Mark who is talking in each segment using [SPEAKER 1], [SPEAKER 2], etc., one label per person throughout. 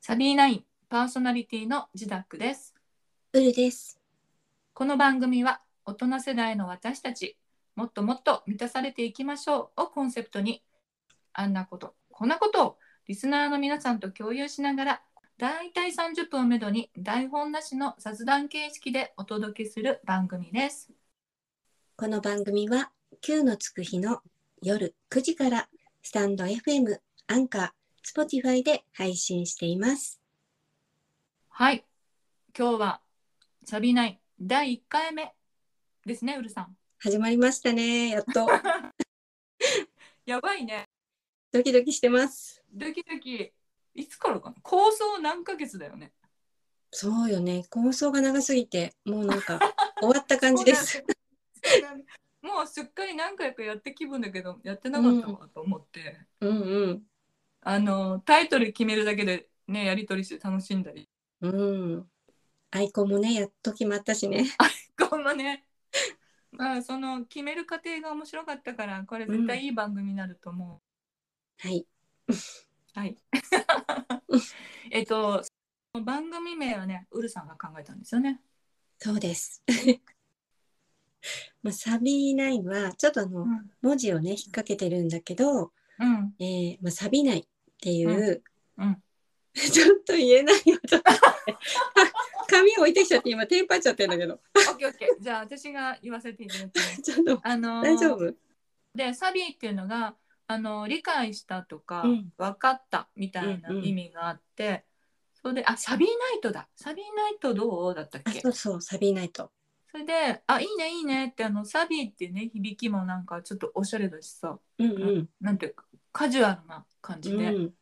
[SPEAKER 1] サビーナインパーソナリティのジダックです
[SPEAKER 2] ウルです。
[SPEAKER 1] この番組は大人世代の私たちもっともっと満たされていきましょうをコンセプトにあんなことこんなことをリスナーの皆さんと共有しながらだいたい30分をめどに台本なしの雑談形式でお届けする番組です
[SPEAKER 2] この番組は9のつく日の夜9時からスタンド FM、アンカー、Spotify で配信しています。
[SPEAKER 1] はい今日はサビーナイン第1回目ですねウルさん
[SPEAKER 2] 始まりましたね。やっと
[SPEAKER 1] やばいね
[SPEAKER 2] ドキドキしてます。
[SPEAKER 1] ドキドキいつからかな構想何ヶ月だよね
[SPEAKER 2] そうよね。構想が長すぎて、もうなんか終わった感 じです。
[SPEAKER 1] そうなんですもうすっかり何回かやって気分だけどやってなかったわと思って、
[SPEAKER 2] うん
[SPEAKER 1] あのタイトル決めるだけでねやり取りして楽しんだり
[SPEAKER 2] うん。うん。アイコンもね、やっと決まったしね。
[SPEAKER 1] こんなねまあその決める過程が面白かったからこれ絶対いい番組になると思
[SPEAKER 2] はい。
[SPEAKER 1] う、はいえっと番組名はねウルさんが考えたんですよね
[SPEAKER 2] そうです。 まあ、サビ9は、ちょっとあの、
[SPEAKER 1] うん、
[SPEAKER 2] 文字をね、引っ掛けてるんだけど、
[SPEAKER 1] うん、
[SPEAKER 2] えーまあ、錆びないっていう、
[SPEAKER 1] うんうん
[SPEAKER 2] ちょっと言えないよちょっと待って 紙置いてきちゃって今テンパっちゃってんだけど
[SPEAKER 1] オッケーオッケーじゃあ私が言わせていただきます
[SPEAKER 2] ちょっと
[SPEAKER 1] あのー
[SPEAKER 2] 大丈夫
[SPEAKER 1] でサビっていうのがあの理解したとか、
[SPEAKER 2] うん
[SPEAKER 1] 分かったみたいな
[SPEAKER 2] うんうん
[SPEAKER 1] 意味があって、それであサビーナイトだサビーナイトどうだったっ
[SPEAKER 2] あ
[SPEAKER 1] け
[SPEAKER 2] そうそう錆びないと
[SPEAKER 1] それであいいねいいねってあのサビってね響きもなんかちょっとおしゃれだしさ
[SPEAKER 2] うんうん
[SPEAKER 1] なんていうかカジュアルな感
[SPEAKER 2] う
[SPEAKER 1] じで、
[SPEAKER 2] ん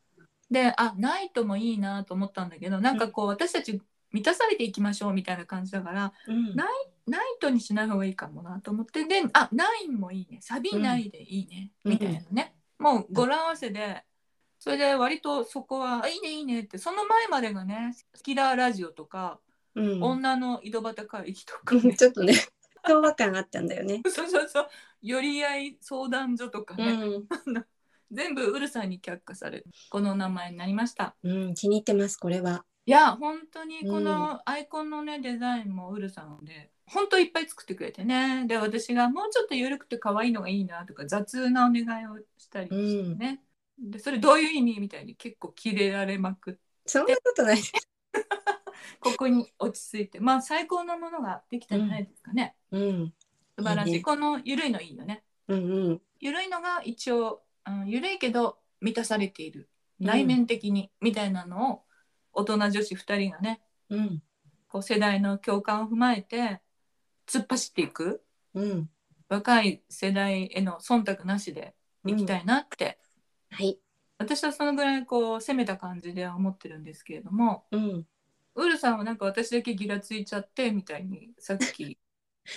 [SPEAKER 1] であナイトもいいなと思ったんだけどなんかこう私たち満たされていきましょうみたいな感じだから
[SPEAKER 2] うん
[SPEAKER 1] なナイトにしない方がいいかもなと思ってであナインもいいねサビないでいいね、
[SPEAKER 2] うん
[SPEAKER 1] みたいなねもう語呂合わせでそれで割とそこはあ「いいねいいね」ってその前までがね「スキラーラジオ」とか、
[SPEAKER 2] うん
[SPEAKER 1] 女の井戸端会議」とか
[SPEAKER 2] う
[SPEAKER 1] ね、
[SPEAKER 2] ん ちょっとね昭和感あったんだよね
[SPEAKER 1] そうそうそう寄り合い相談所とか
[SPEAKER 2] う
[SPEAKER 1] ね、
[SPEAKER 2] ん、
[SPEAKER 1] 全部ウルさんに却下されるこの名前になりました
[SPEAKER 2] うん、気に入ってますこれはい
[SPEAKER 1] や本当にこのアイコンのね、デザインもウルさんで本当いっぱい作ってくれてねで私がもうちょっと緩くて可愛いのがいいなとか雑なお願いをしたりしてね、でそれどういう意味みたいに結構キレられまくって
[SPEAKER 2] そんなことない
[SPEAKER 1] ここに落ち着いてまあ最高のものができたんじゃないですかね、
[SPEAKER 2] うん
[SPEAKER 1] 素晴らしい
[SPEAKER 2] いいね
[SPEAKER 1] この緩いのいいよね
[SPEAKER 2] うんうん
[SPEAKER 1] 緩いのが一応、うん、緩いけど満たされている内面的に、みたいなのを大人女子2人がね
[SPEAKER 2] うん
[SPEAKER 1] こう世代の共感を踏まえて突っ走っていく
[SPEAKER 2] うん
[SPEAKER 1] 若い世代への忖度なしでいきたいなって、
[SPEAKER 2] はい
[SPEAKER 1] 私はそのぐらいこう攻めた感じでは思ってるんですけれども
[SPEAKER 2] うん
[SPEAKER 1] ウルさんはなんか私だけギラついちゃってみたいにさっき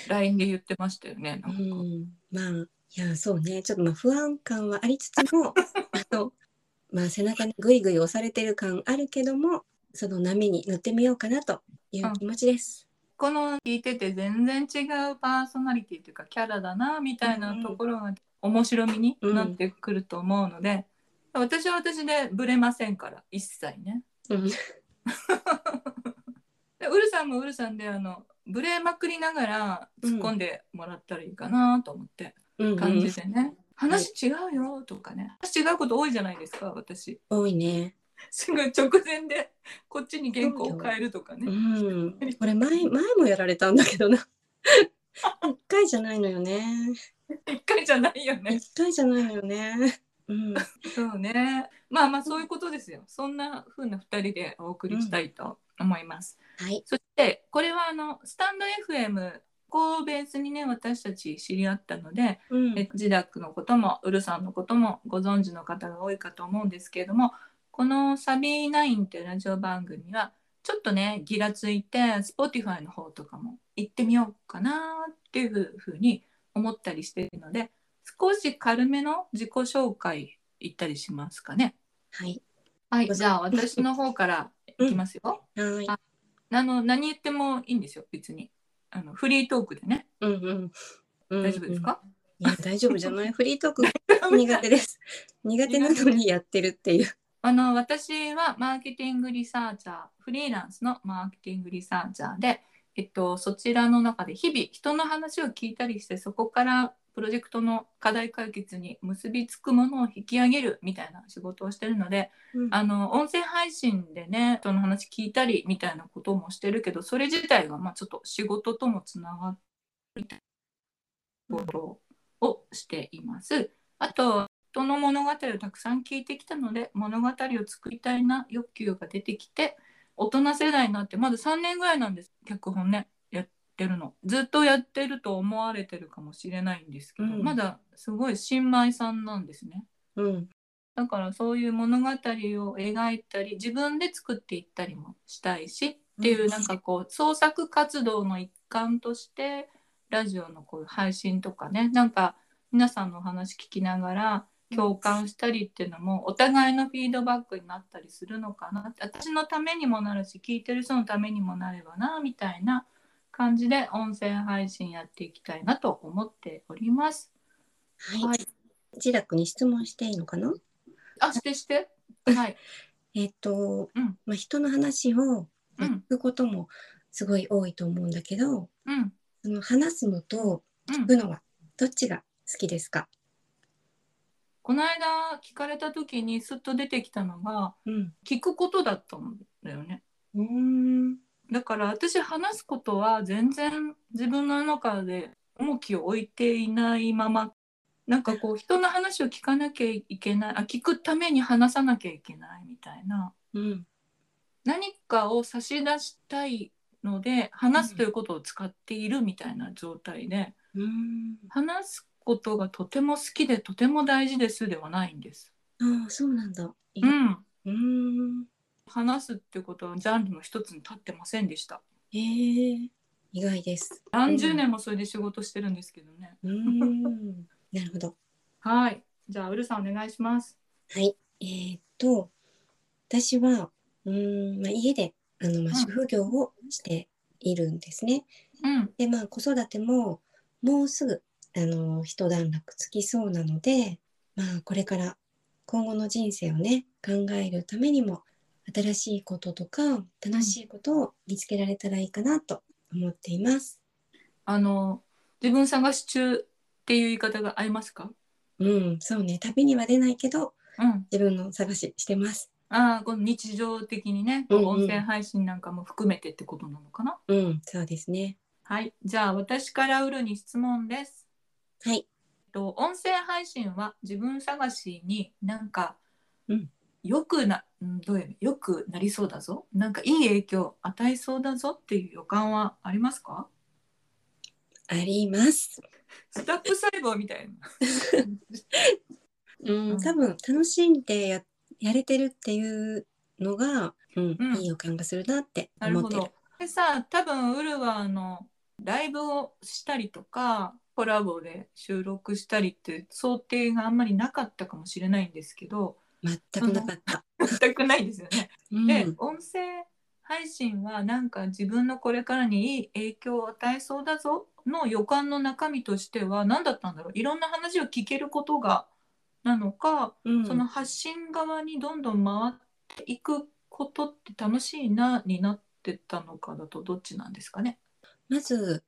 [SPEAKER 1] LINE で言ってましたよね。
[SPEAKER 2] う
[SPEAKER 1] なんか
[SPEAKER 2] んまあいやそうねちょっとまあ不安感はありつ つもあの、まあ、背中にぐいぐい押されてる感あるけどもその波に乗ってみようかなという気持ちです。
[SPEAKER 1] この聞いてて全然違うパーソナリティというかキャラだなみたいなところが面白みになってくると思うので、私は私でブレませんから一切ね。
[SPEAKER 2] うん
[SPEAKER 1] でウルさんもウルさんであのブレまくりながら突っ込んでもらったらいいかなと思って、
[SPEAKER 2] うん
[SPEAKER 1] 感
[SPEAKER 2] うん
[SPEAKER 1] じでね、話違うよとかね話違うこと多いじゃないですか私
[SPEAKER 2] 多いね。
[SPEAKER 1] すぐ直前でこっちに原稿を変えるとか
[SPEAKER 2] う
[SPEAKER 1] ね、
[SPEAKER 2] ん、これ前前もやられたんだけどな。 一回じゃないのよね。
[SPEAKER 1] 一回じゃないよね
[SPEAKER 2] 一回じゃないのよね。うん、
[SPEAKER 1] そうねまあまあそういうことですよそんな風な2人でお送りしたいと思います、
[SPEAKER 2] はい。
[SPEAKER 1] そしてこれはあのスタンド FM こうベースにね私たち知り合ったので、
[SPEAKER 2] うん
[SPEAKER 1] えジダックのこともウルさんのこともご存知の方が多いかと思うんですけれどもこの「サビーナイン」というラジオ番組はちょっとねギラついて Spotify の方とかも行ってみようかなっていうふうに思ったりしているので少し軽めの自己紹介行ったりしますかね。
[SPEAKER 2] はい。
[SPEAKER 1] はい、じゃあ私の方からいきますよ。
[SPEAKER 2] はい
[SPEAKER 1] あ。あの何言ってもいいんですよ別にあのフリートークでね
[SPEAKER 2] うんうん。うん
[SPEAKER 1] 大丈夫ですか、
[SPEAKER 2] いや大丈夫じゃない。フリートーク苦手です。苦手なのにやってるっていう。
[SPEAKER 1] あの私はマーケティングリサーチャーフリーランスのマーケティングリサーチャーで、えっと、そちらの中で日々人の話を聞いたりしてそこからプロジェクトの課題解決に結びつくものを引き上げるみたいな仕事をしてるので、
[SPEAKER 2] うん
[SPEAKER 1] あの音声配信でね人の話聞いたりみたいなこともしてるけどそれ自体がまあちょっと仕事ともつながっていたことをしています。あと人の物語をたくさん聞いてきたので物語を作りたいな欲求が出てきて大人世代になってまだ3年ぐらいなんです脚本ねやってるのずっとやってると思われてるかもしれないんですけど、
[SPEAKER 2] うん
[SPEAKER 1] まだすごい新米さんなんですね。
[SPEAKER 2] うん
[SPEAKER 1] だからそういう物語を描いたり自分で作っていったりもしたいしっていううんなんかこう創作活動の一環としてラジオのこういう配信とかねなんか皆さんのお話聞きながら共感したりっていうのもお互いのフィードバックになったりするのかな私のためにもなるし聞いてる人のためにもなればなみたいな感じで音声配信やっていきたいなと思っております。
[SPEAKER 2] は、
[SPEAKER 1] はい
[SPEAKER 2] 自楽に質問していいのかな
[SPEAKER 1] あしてして。はい。
[SPEAKER 2] えっと、
[SPEAKER 1] うん
[SPEAKER 2] まあ、人の話をまあ
[SPEAKER 1] うん
[SPEAKER 2] 聞くこともすごい多いと思うんだけど、
[SPEAKER 1] うん。
[SPEAKER 2] その話すのと
[SPEAKER 1] うん
[SPEAKER 2] 聞くのはどっちが好きですか、
[SPEAKER 1] この間聞かれた時にすっと出てきたのが
[SPEAKER 2] うん、
[SPEAKER 1] 聞くことだったんだよね
[SPEAKER 2] うん
[SPEAKER 1] だから私話すことは全然自分の中で重きを置いていないままなんかこう人の話を聞かなきゃいけないあ聞くために話さなきゃいけないみたいな
[SPEAKER 2] うん
[SPEAKER 1] 何かを差し出したいので話すということを使っているみたいな状態で
[SPEAKER 2] うん
[SPEAKER 1] 話すことがとても好きでとても大事ですではないんです。
[SPEAKER 2] ああそうなんだ意
[SPEAKER 1] う
[SPEAKER 2] 外
[SPEAKER 1] ん
[SPEAKER 2] うん
[SPEAKER 1] 話すってことはジャンルの一つに立ってませんでした
[SPEAKER 2] えー、意外です
[SPEAKER 1] 何十年もそれで仕事してるんですけどね、
[SPEAKER 2] うんなるほど
[SPEAKER 1] はいじゃあウルさんお願いします
[SPEAKER 2] はいえーっと私はうん、まあ、家であの、
[SPEAKER 1] うん
[SPEAKER 2] まあ、主婦業をしているんですね、
[SPEAKER 1] うん
[SPEAKER 2] でまあ子育てももうすぐあの一段落つきそうなので、まあ、これから今後の人生をね考えるためにも新しいこととか楽しいことを見つけられたらいいかなと思っています。
[SPEAKER 1] あの自分探し中っていう言い方が合いますか
[SPEAKER 2] うん、そうね旅には出ないけど
[SPEAKER 1] うん
[SPEAKER 2] 自分の探ししてます。
[SPEAKER 1] ああこの日常的にねこ
[SPEAKER 2] うん
[SPEAKER 1] う
[SPEAKER 2] うん
[SPEAKER 1] 音声配信なんかも含めてってことなのかな、
[SPEAKER 2] うん、そうですね。
[SPEAKER 1] はいじゃあ私からウルに質問です
[SPEAKER 2] はい。
[SPEAKER 1] えっと音声配信は自分探しになんか、
[SPEAKER 2] うん
[SPEAKER 1] よくな、うん、どうやらよくなりそうだぞなんかいい影響与えそうだぞっていう予感はありますか
[SPEAKER 2] あります。
[SPEAKER 1] スタッフ細胞みたいな
[SPEAKER 2] う、
[SPEAKER 1] うんん
[SPEAKER 2] 多分楽しんでややれてるっていうのが、うん
[SPEAKER 1] うん
[SPEAKER 2] いい予感がするなって
[SPEAKER 1] なるほ
[SPEAKER 2] 思ってる。
[SPEAKER 1] どでさ多分ウルはあのライブをしたりとかコラボで収録したりって想定があんまりなかったかもしれないんですけど
[SPEAKER 2] 全くなかった。
[SPEAKER 1] 全くないですよね
[SPEAKER 2] うん
[SPEAKER 1] で、音声配信はなんか自分のこれからにいい影響を与えそうだぞの予感の中身としては何だったんだろういろんな話を聞けることがなのか、
[SPEAKER 2] うん
[SPEAKER 1] その発信側にどんどん回っていくことって楽しいなになってたのかだとどっちなんですかね。
[SPEAKER 2] まず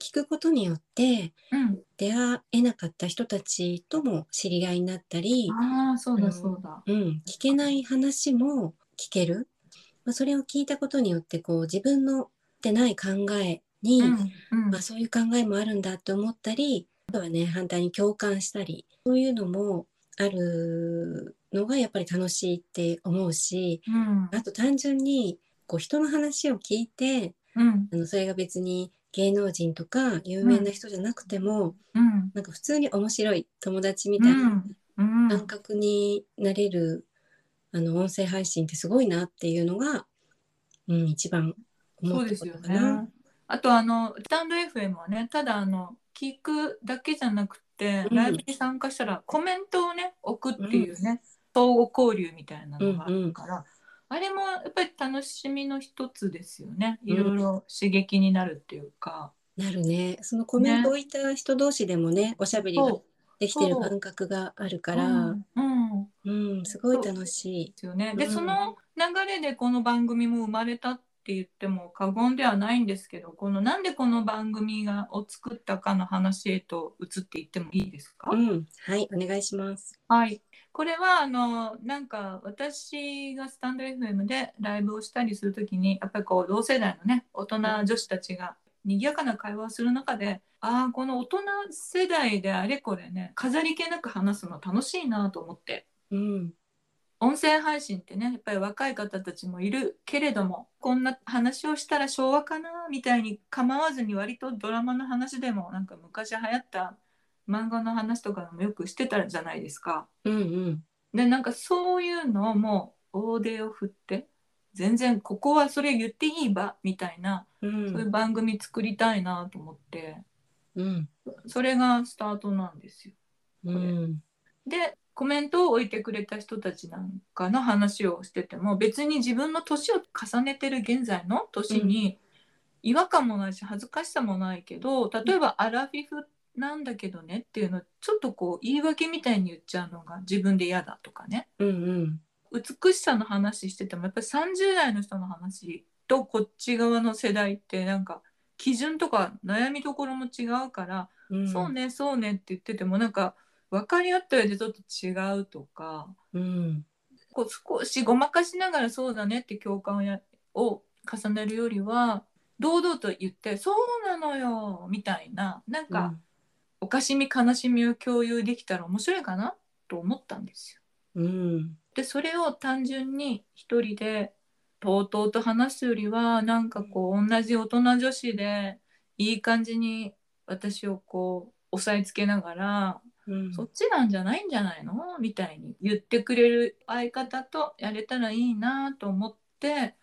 [SPEAKER 2] 聞くことによって
[SPEAKER 1] うん、
[SPEAKER 2] 出会えなかった人たちとも知り合いになったり、
[SPEAKER 1] ああそう
[SPEAKER 2] う
[SPEAKER 1] だ
[SPEAKER 2] ん
[SPEAKER 1] そうだ。
[SPEAKER 2] うん、聞けない話も聞ける、まあ、それを聞いたことによってこう自分の出ない考えに、
[SPEAKER 1] うんうん
[SPEAKER 2] まあ、そういう考えもあるんだって思ったりあとはね反対に共感したりそういうのもあるのがやっぱり楽しいって思うし
[SPEAKER 1] うん
[SPEAKER 2] あと単純にこう人の話を聞いて
[SPEAKER 1] うん
[SPEAKER 2] あのそれが別に芸能人とか有名な人じゃなくても、
[SPEAKER 1] うん
[SPEAKER 2] なんか普通に面白い友達み
[SPEAKER 1] う
[SPEAKER 2] たいなん
[SPEAKER 1] うん
[SPEAKER 2] 感覚になれる、あの音声配信ってすごいなっていうのが、うん、一番思
[SPEAKER 1] そう
[SPEAKER 2] っ
[SPEAKER 1] で
[SPEAKER 2] た
[SPEAKER 1] す
[SPEAKER 2] こ
[SPEAKER 1] よ
[SPEAKER 2] とかな。
[SPEAKER 1] ね。あとあのスタンド FM はねただあの聞くだけじゃなくて、
[SPEAKER 2] うん
[SPEAKER 1] ライブに参加したらコメントをね置くっていうね、相互交流みたいなのがあるから、あれもやっぱり楽しみの一つですよねいろいろ刺激になるっていうか、
[SPEAKER 2] なるね。そのコメントを置いた人同士でもねおしゃべりが
[SPEAKER 1] そう
[SPEAKER 2] できてる感覚があるから、うん、
[SPEAKER 1] うん、
[SPEAKER 2] すごい楽し
[SPEAKER 1] ですよね。で、
[SPEAKER 2] うん
[SPEAKER 1] その流れでこの番組も生まれたって言っても過言ではないんですけどこのなんでこの番組がを作ったかの話へと移っていってもいいですか、
[SPEAKER 2] い。うん、はい、お願いします。
[SPEAKER 1] はい、これはあのなんか私がスタンド FM でライブをしたりするときにやっぱりこう同世代のね大人女子たちが賑やかな会話をする中でああこの大人世代であれこれね飾り気なく話すの楽しいなと思って
[SPEAKER 2] うん、
[SPEAKER 1] 音声配信ってねやっぱり若い方たちもいるけれどもこんな話をしたら昭和かなみたいに構わずに割とドラマの話でもなんか昔流行った漫画の話とかもよくしてたじゃないですか。
[SPEAKER 2] うん、うん、
[SPEAKER 1] でなんかそういうのをもう大手を振って全然ここはそれ言っていい場みたいな
[SPEAKER 2] う、
[SPEAKER 1] そういうん番組作りたいなと思って
[SPEAKER 2] うん、
[SPEAKER 1] それがスタートなんですよ。
[SPEAKER 2] うん、
[SPEAKER 1] でコメントを置いてくれた人たちなんかの話をしてても別に自分の年を重ねてる現在の年に違和感もないし恥ずかしさもないけど例えばアラフィフなんだけどねっていうのちょっとこう言い訳みたいに言っちゃうのが自分で嫌だとかね
[SPEAKER 2] うん、
[SPEAKER 1] 美しさの話しててもやっぱり30代の人の話とこっち側の世代ってなんか基準とか悩みどころも違うから
[SPEAKER 2] うん、
[SPEAKER 1] そうねそうねって言っててもなんか分かり合ったようでちょっと違うとか
[SPEAKER 2] うん、
[SPEAKER 1] こう少しごまかしながらそうだねって共感をやを重ねるよりは堂々と言って「そうなのよ」みたいななん
[SPEAKER 2] う
[SPEAKER 1] か
[SPEAKER 2] ん、
[SPEAKER 1] おかしみ悲しみを共有できたら面白いかなと思ったんですよ。
[SPEAKER 2] うん、
[SPEAKER 1] でそれを単純に一人でとうとうと話すよりはなんかこう同じ大人女子でいい感じに私をこう押さえつけながら
[SPEAKER 2] うん、
[SPEAKER 1] そっちなんじゃないんじゃないのみたいに言ってくれる相方とやれたらいいなと思って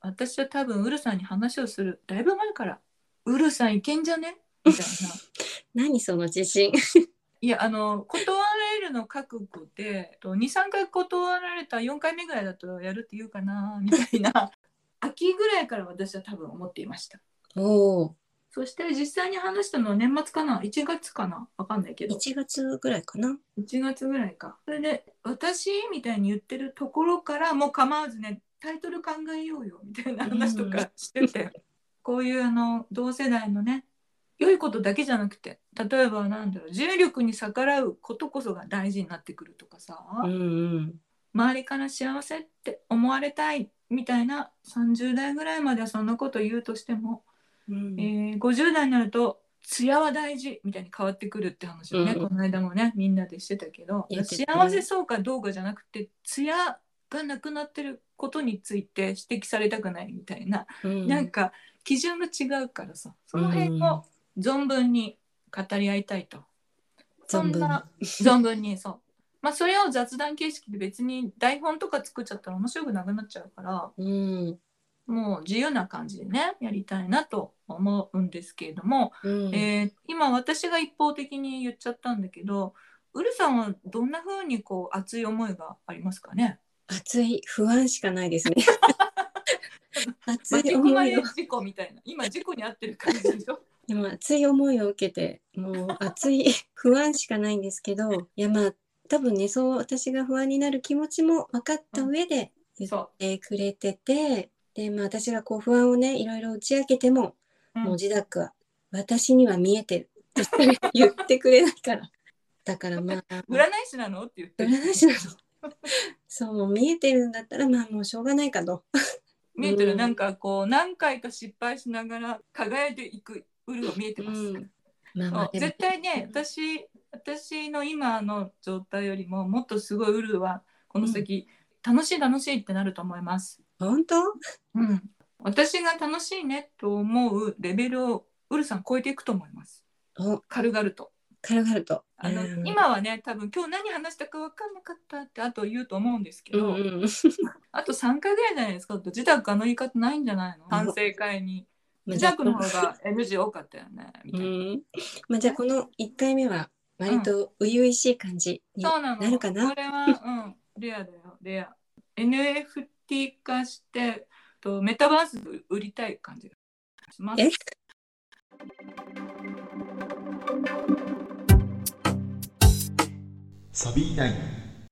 [SPEAKER 1] 私は多分ウルさんに話をするだいぶ前から「ウルさんいけんじゃね?」みたいな
[SPEAKER 2] 何その自 信。
[SPEAKER 1] いやあの断られるの覚悟で23回断られた4回目ぐらいだとやるって言うかなみたいな 秋ぐらいから私は多分思っていました
[SPEAKER 2] おお、
[SPEAKER 1] そして実際に話したのは年末かな1月かな分かんないけど
[SPEAKER 2] 一月ぐらいかな。
[SPEAKER 1] 1月ぐらいかそれで「私?」みたいに言ってるところからもう構わずねタイトル考えようよみたいな話とかしてて、こういうあの同世代のね良いことだけじゃなくて例えばなんだろう重力に逆らうことこそが大事になってくるとかさ、
[SPEAKER 2] うん、うん、
[SPEAKER 1] 周りから幸せって思われたいみたいな30代ぐらいまではそんなこと言うとしても、
[SPEAKER 2] うん、
[SPEAKER 1] えー50代になると艶は大事みたいに変わってくるって話をね、
[SPEAKER 2] うん
[SPEAKER 1] この間もねみんなでしてたけど
[SPEAKER 2] 言ってたね
[SPEAKER 1] 幸せそうかどうかじゃなくて艶がなくなってることについて指摘されたくないみたいな、
[SPEAKER 2] うん、
[SPEAKER 1] なんか基準が違うからさその辺を存分に語り合いたいと。そんな存分にそう。まあそれを雑談形式で別に台本とか作っちゃったら面白くなくなっちゃうから
[SPEAKER 2] うん、
[SPEAKER 1] もう自由な感じでねやりたいなと思うんですけれども、
[SPEAKER 2] うん、
[SPEAKER 1] えー今私が一方的に言っちゃったんだけどウルさんはどんな風にこう熱い思いがありますかね
[SPEAKER 2] 熱い不安しかないで すね。熱
[SPEAKER 1] 巻き
[SPEAKER 2] い
[SPEAKER 1] 込
[SPEAKER 2] 思
[SPEAKER 1] ま
[SPEAKER 2] い
[SPEAKER 1] れ
[SPEAKER 2] を
[SPEAKER 1] 事故みたいな今事故に遭ってる感じでしょ
[SPEAKER 2] でも熱い思いを受けてもう熱い 不安しかないんですけどいやまあ多分ねそう私が不安になる気持ちも分かった上 で
[SPEAKER 1] そ
[SPEAKER 2] えーくれててでまあ私がこう不安をねいろいろ打ち明けても、
[SPEAKER 1] う、うん
[SPEAKER 2] もう自宅は私には見えてるって言ってくれないからだからまあ
[SPEAKER 1] 占い師なのって言って
[SPEAKER 2] 占い師なのそうもう見えてるんだったらまあもうしょうがないかと
[SPEAKER 1] 見えてる、
[SPEAKER 2] うん
[SPEAKER 1] なんかこう何回か失敗しながら輝いていくウルは見えてます、
[SPEAKER 2] うんまあま
[SPEAKER 1] そう
[SPEAKER 2] あでも
[SPEAKER 1] 絶対ね私私の今の状態よりももっとすごいウルはこの先、楽しい楽しいってなると思います、
[SPEAKER 2] 本当
[SPEAKER 1] うん、私が楽しいねと思うレベルをウルさん超えていくと思います
[SPEAKER 2] お
[SPEAKER 1] 軽々と
[SPEAKER 2] 軽々と
[SPEAKER 1] あの、
[SPEAKER 2] うん
[SPEAKER 1] 今はね多分今日何話したか分かんなかったってあと言うと思うんですけ
[SPEAKER 2] う
[SPEAKER 1] ど、
[SPEAKER 2] んうん
[SPEAKER 1] あと3回ぐらいじゃないですか自宅あの言い方ないんじゃないの反省会に
[SPEAKER 2] まあ
[SPEAKER 1] 自宅の方が NG 多かったよねみ
[SPEAKER 2] う
[SPEAKER 1] たいな、
[SPEAKER 2] んまあ、じゃあこの1回目は割と初々しい感じに、
[SPEAKER 1] そうなの。
[SPEAKER 2] なるかな
[SPEAKER 1] これは、うん、レアだよ、レア。NFT 化して、とメタバースで売りたい感じがします。
[SPEAKER 2] え
[SPEAKER 3] サビーナイン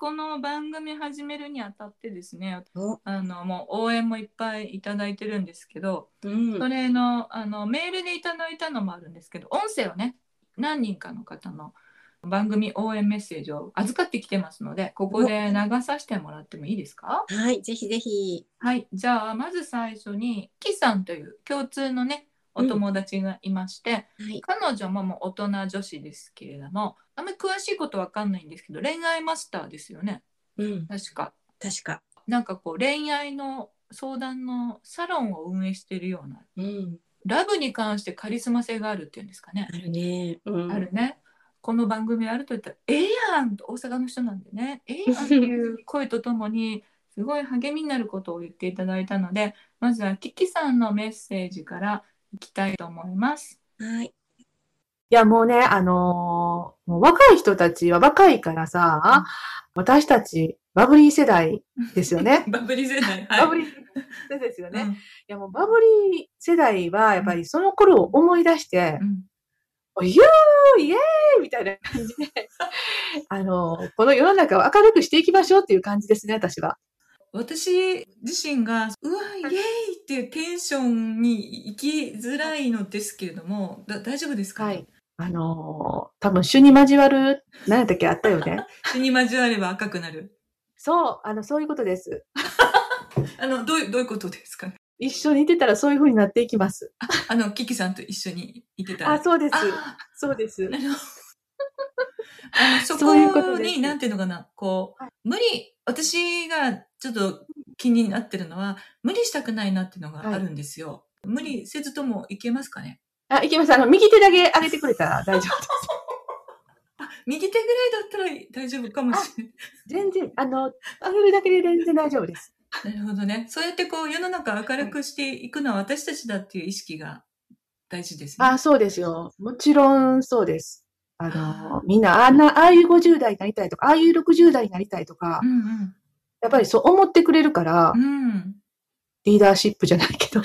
[SPEAKER 1] この番組始めるにあたってですね
[SPEAKER 2] お、
[SPEAKER 1] あのもう応援もいっぱいいただいてるんですけど、
[SPEAKER 2] うん、
[SPEAKER 1] それのあのメールでいただいたのもあるんですけど音声をね何人かの方の番組応援メッセージを預かってきてますのでここで流させてもらってもいいですか
[SPEAKER 2] はい、ぜひぜひ。
[SPEAKER 1] はい、じゃあまず最初にキさんという共通のねお友達がいまして、
[SPEAKER 2] はい、
[SPEAKER 1] 彼女ももう大人女子ですけれどもあんまり詳しいことわかんないんですけど恋愛マスターですよね
[SPEAKER 2] うん、
[SPEAKER 1] 確か
[SPEAKER 2] 確か。
[SPEAKER 1] なんかこう恋愛の相談のサロンを運営してるような
[SPEAKER 2] うん、
[SPEAKER 1] ラブに関してカリスマ性があるっていうんですかね
[SPEAKER 2] あ、るね。うん、
[SPEAKER 1] あるねこの番組あると言ったら「ええやん!」と大阪の人なんでね「ええやん!」っていう声とともにすごい励みになることを言っていただいたのでまずはキキさんのメッセージからいきたいと思います。。
[SPEAKER 2] はい、
[SPEAKER 4] いや、もうね、あのーもう若い人たちは若いからさ、私たち、バブリー世代ですよ ね
[SPEAKER 1] バブリ世代、
[SPEAKER 4] バブ
[SPEAKER 1] リ
[SPEAKER 4] リー世代ですよね。いや、もうバブリー世代は、やっぱりその頃を思い出して
[SPEAKER 1] う、ん
[SPEAKER 4] おゆーイエーイみたいな感じで、 あのーこの世の中を明るくしていきましょうっていう感じですね、私は。
[SPEAKER 1] 私自身が「うわイエーイ!」っていうテンションに行きづらいのですけれどもだ大丈夫ですか、
[SPEAKER 4] はい。あのー多分、主に交わる、何やったっけ、あったよ ね。
[SPEAKER 1] 死に交われば赤くなる
[SPEAKER 4] そう、あの、そういうことです。
[SPEAKER 1] あのどういうどういうことですかね
[SPEAKER 4] 一緒にいてたらそういう風になっていきます。
[SPEAKER 1] あのキキさんと一緒にいてたら
[SPEAKER 4] あ、そうです。
[SPEAKER 1] あ
[SPEAKER 4] そうです
[SPEAKER 1] ー。なるほど あのそこ
[SPEAKER 4] そういうことで
[SPEAKER 1] に
[SPEAKER 4] す
[SPEAKER 1] なんていうのかなこう、
[SPEAKER 4] は
[SPEAKER 1] 無理私がちょっと気になってるのは無理したくないなっていうのがあるんですよ、無理せずともいけますかね
[SPEAKER 4] あ、いけます。あの、右手だけ上げてくれたら 大丈夫です。
[SPEAKER 1] 右手ぐらいだったら大丈夫かもしれない
[SPEAKER 4] 全然、あの、上げるだけで全然大丈夫です。
[SPEAKER 1] なるほどね。そうやってこう世の中を明るくしていくのは私たちだっていう意識が大事ですね。
[SPEAKER 4] あ、そうですよ。もちろんそうです。あの、みんな、あんな、ああいう50代になりたいとか、ああいう60代になりたいとか
[SPEAKER 1] う、ん
[SPEAKER 4] やっぱりそう思ってくれるから
[SPEAKER 1] う、ん。うん。
[SPEAKER 4] リーダーシップじゃないけ ど、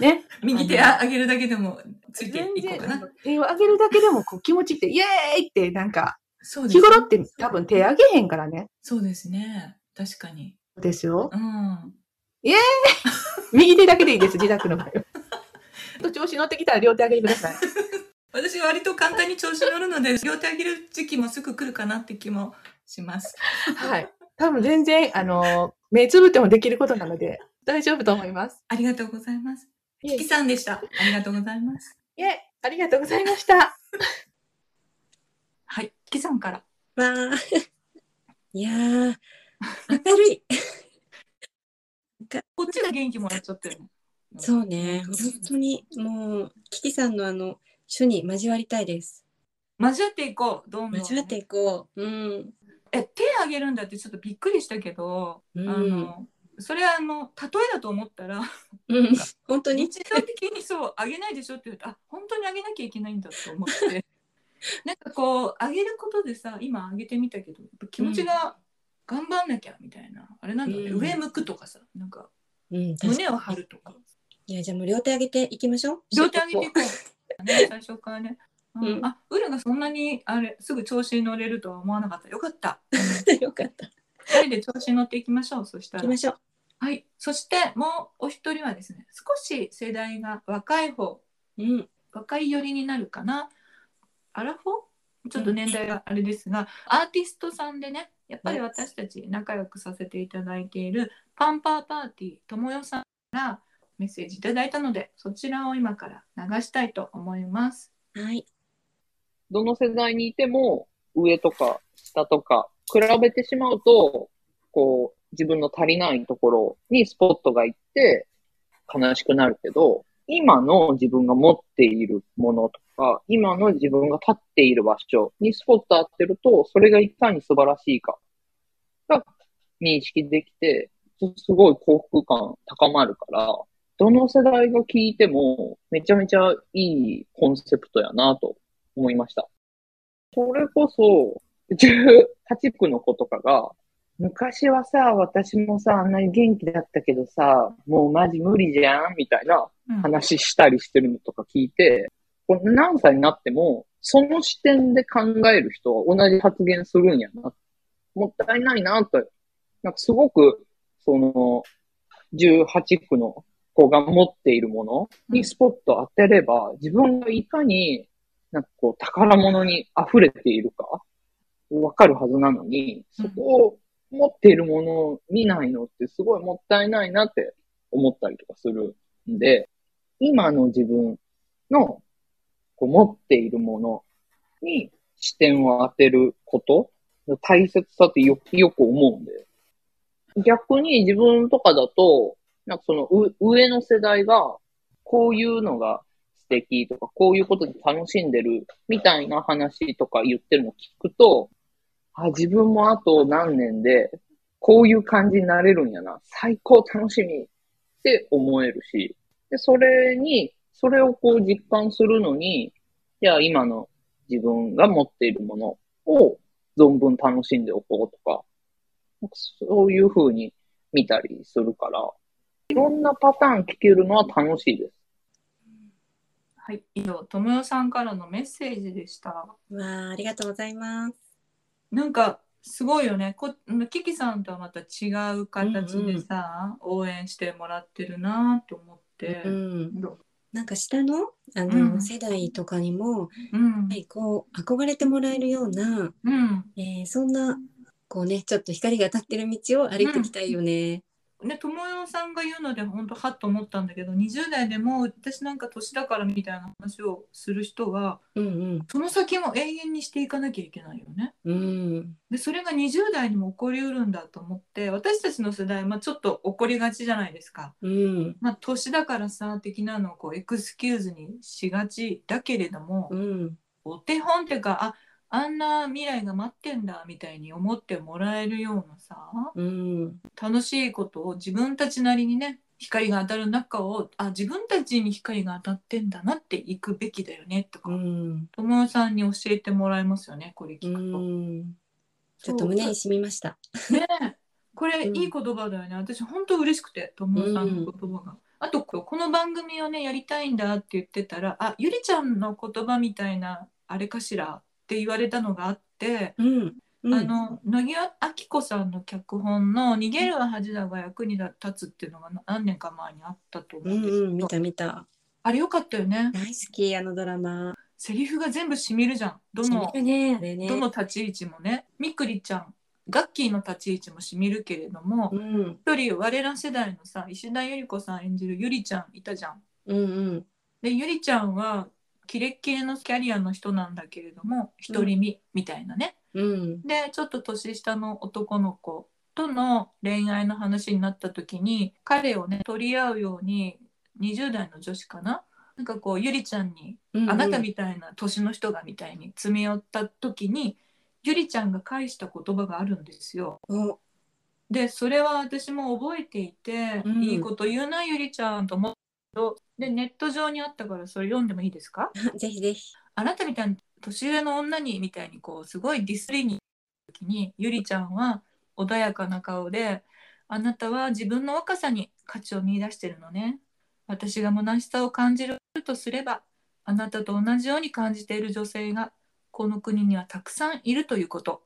[SPEAKER 4] ね。
[SPEAKER 1] 右手あ上げるだけでもついて
[SPEAKER 4] 全
[SPEAKER 1] いこうか
[SPEAKER 4] 然、あ
[SPEAKER 1] な
[SPEAKER 4] の。手を上げるだけでもこう気持ちいいって、イエーイって、なんか、
[SPEAKER 1] そうです
[SPEAKER 4] 日
[SPEAKER 1] ね。
[SPEAKER 4] 頃って多分手上げへんからね。
[SPEAKER 1] そうですね。確かに。
[SPEAKER 4] そうですよ。
[SPEAKER 1] うん。
[SPEAKER 4] 右手だけでいいです、自宅 の場合は。ちょっと調子乗ってきたら両手上げてください。
[SPEAKER 1] 私割と簡単に調子乗るので、両手上げる時期もすぐ来るかなって気もします。
[SPEAKER 4] はい。多分全然、あの、目つぶってもできることなので、大丈夫と思います。
[SPEAKER 1] ありがとうございます。
[SPEAKER 4] い
[SPEAKER 1] キ
[SPEAKER 4] え
[SPEAKER 1] キさんでした。ありがとうございます。
[SPEAKER 4] いえ、ありがとうございました。
[SPEAKER 1] はい。キキさんから。
[SPEAKER 2] わあ。 いやー、明るい。
[SPEAKER 1] こっちが元気もらっちゃってる。
[SPEAKER 2] そうね、本当に、もう、キキさんのあの、書に交わりたいです。
[SPEAKER 1] 交わっていこう。どうも。
[SPEAKER 2] 交わっていこう。うん。
[SPEAKER 1] え手あげるんだってちょっとびっくりしたけど、
[SPEAKER 2] うん
[SPEAKER 1] あのそれはあの例えだと思った ら
[SPEAKER 2] うん、本当に。
[SPEAKER 1] 日常的にそうあげないでしょって言うとあ本当にあげなきゃいけないんだと思って なんかこうあげることでさ今あげてみたけど気持ちが頑張んなきゃみたいな、あれなんだよね、
[SPEAKER 2] うん
[SPEAKER 1] 上向くとかさなんか
[SPEAKER 2] うん、確かに
[SPEAKER 1] 胸を張るとか
[SPEAKER 2] いや、じゃあもう両手上げていきましょう。
[SPEAKER 1] 両手上げていこう、 ね、最初からね。うん
[SPEAKER 2] うん
[SPEAKER 1] あウルがそんなにあれすぐ調子に乗れるとは思わなかったよかった
[SPEAKER 2] て。 よかった。
[SPEAKER 1] 2人で調子に乗っていきましょうそした
[SPEAKER 2] 行
[SPEAKER 1] ら
[SPEAKER 2] きましょう。
[SPEAKER 1] はい、そしてもうお一人はですね少し世代が若い方
[SPEAKER 2] うん、
[SPEAKER 1] 若い寄りになるかなアラフォーちょっと年代があれですが、アーティストさんでねやっぱり私たち仲良くさせていただいているパンパーパーティーともよさんからメッセージいただいたのでそちらを今から流したいと思います。
[SPEAKER 2] はい。
[SPEAKER 5] どの世代にいても、上とか下とか、比べてしまうと、こう、自分の足りないところにスポットが行って、悲しくなるけど、今の自分が持っているものとか、今の自分が立っている場所にスポット当てると、それがいかに素晴らしいかが認識できて、すごい幸福感高まるから、どの世代が聞いても、めちゃめちゃいいコンセプトやなと思いました。それこそ、18区の子とかが、昔はさ、私もさ、あんなに元気だったけどさ、もうマジ無理じゃんみたいな
[SPEAKER 1] うん
[SPEAKER 5] 話したりしてるのとか聞いて、こう何歳になっても、その視点で考える人は同じ発言するんやな。もったいないなと。なんかすごく、その、18区の子が持っているものにスポット当てれば、自分がいかに、なんかこう、宝物に溢れているか、わかるはずなのに、そこを持っているものを見ないのってすごいもったいないなって思ったりとかするんで、今の自分のこう持っているものに視点を当てることの大切さってよよく思うんで、逆に自分とかだと、なんかそのう上の世代が、こういうのが素敵とか、こういうことで楽しんでるみたいな話とか言ってるの聞くと、あ、自分もあと何年で、こういう感じになれるんやな。最高楽しみって思えるし。で、それに、それをこう実感するのに、じゃあ今の自分が持っているものを存分楽しんでおこうとか、なんかそういう風に見たりするから、いろんなパターン聞けるのは楽しいです。
[SPEAKER 1] はい、以上、ともよさんからのメッセージでした。
[SPEAKER 2] わあ、ありがとうございます。
[SPEAKER 1] なんかすごいよねこキキさんとはまた違う形でさ、応援してもらってるなと思って、
[SPEAKER 2] うん。
[SPEAKER 1] ど
[SPEAKER 2] なんか下の、あの、
[SPEAKER 1] うん
[SPEAKER 2] 世代とかにも、
[SPEAKER 1] うん
[SPEAKER 2] はい、こう、憧れてもらえるような、
[SPEAKER 1] うん
[SPEAKER 2] えーそんな、こうね、ちょっと光が当たってる道を歩いていきたいよね。
[SPEAKER 1] ね、ともよさんが言うので本当はっと思ったんだけど20代でも私なんか年だからみたいな話をする人は
[SPEAKER 2] うん
[SPEAKER 1] その先も永遠にしていかなきゃいけないよね。
[SPEAKER 2] うん。うん。
[SPEAKER 1] でそれが20代にも起こりうるんだと思って私たちの世代、まあ、ちょっと起こりがちじゃないですか。
[SPEAKER 2] うん。
[SPEAKER 1] まあ、年だからさ的なのをこうエクスキューズにしがちだけれども、
[SPEAKER 2] うん。
[SPEAKER 1] お手本っていうかああんな未来が待ってんだみたいに思ってもらえるようなさ
[SPEAKER 2] うん。
[SPEAKER 1] 楽しいことを自分たちなりにね光が当たる中をあ自分たちに光が当たってんだなっていくべきだよねとか、
[SPEAKER 2] うん。
[SPEAKER 1] 友よさんに教えてもらえますよねこれ
[SPEAKER 2] う
[SPEAKER 1] 聞くと。
[SPEAKER 2] ん。ちょっと胸に染みました。
[SPEAKER 1] ねえこれ、
[SPEAKER 2] うん
[SPEAKER 1] いい言葉だよね私本当嬉しくて友さんの言葉が。あとこうこの番組をねやりたいんだって言ってたら「あゆりちゃんの言葉みたいなあれかしら」って言われたのがあって、
[SPEAKER 2] うん。うん
[SPEAKER 1] あ、の野際明子さんの脚本の「逃げるは恥だが役に立つ」っていうのが何年か前にあったと思
[SPEAKER 2] う
[SPEAKER 1] うん
[SPEAKER 2] ん
[SPEAKER 1] ですけど、
[SPEAKER 2] うん、見た見た。
[SPEAKER 1] あれよかったよね
[SPEAKER 2] 大好き、あのドラマ。
[SPEAKER 1] セリフが全部しみるじゃんどの
[SPEAKER 2] 染みるね、あれね。
[SPEAKER 1] どの立ち位置もねみくりちゃんガッキーの立ち位置もしみるけれども、
[SPEAKER 2] うん。
[SPEAKER 1] 一人我ら世代のさ石田ゆり子さん演じるゆりちゃんいたじゃん。
[SPEAKER 2] うんうん。
[SPEAKER 1] でゆりちゃんはキレッキレのキャリアの人なんだけれども独り身みたいなね。
[SPEAKER 2] うん。
[SPEAKER 1] でちょっと年下の男の子との恋愛の話になった時に彼をね取り合うように20代の女子かななんかこうゆりちゃんに
[SPEAKER 2] うんうん
[SPEAKER 1] あなたみたいな年の人がみたいに詰め寄った時にゆりちゃんが返した言葉があるんですよ。
[SPEAKER 2] お
[SPEAKER 1] でそれは私も覚えていて、
[SPEAKER 2] うん
[SPEAKER 1] いいこと言うなゆりちゃんと思うけどでネット上にあったからそれ読んでもいいですか
[SPEAKER 2] あぜひぜひ。
[SPEAKER 1] あなたみたいな年上の女にみたいにこうすごいディスりに行った時にゆりちゃんは穏やかな顔で「あなたは自分の若さに価値を見出してるのね私が虚しさを感じるとすればあなたと同じように感じている女性がこの国にはたくさんいるということ」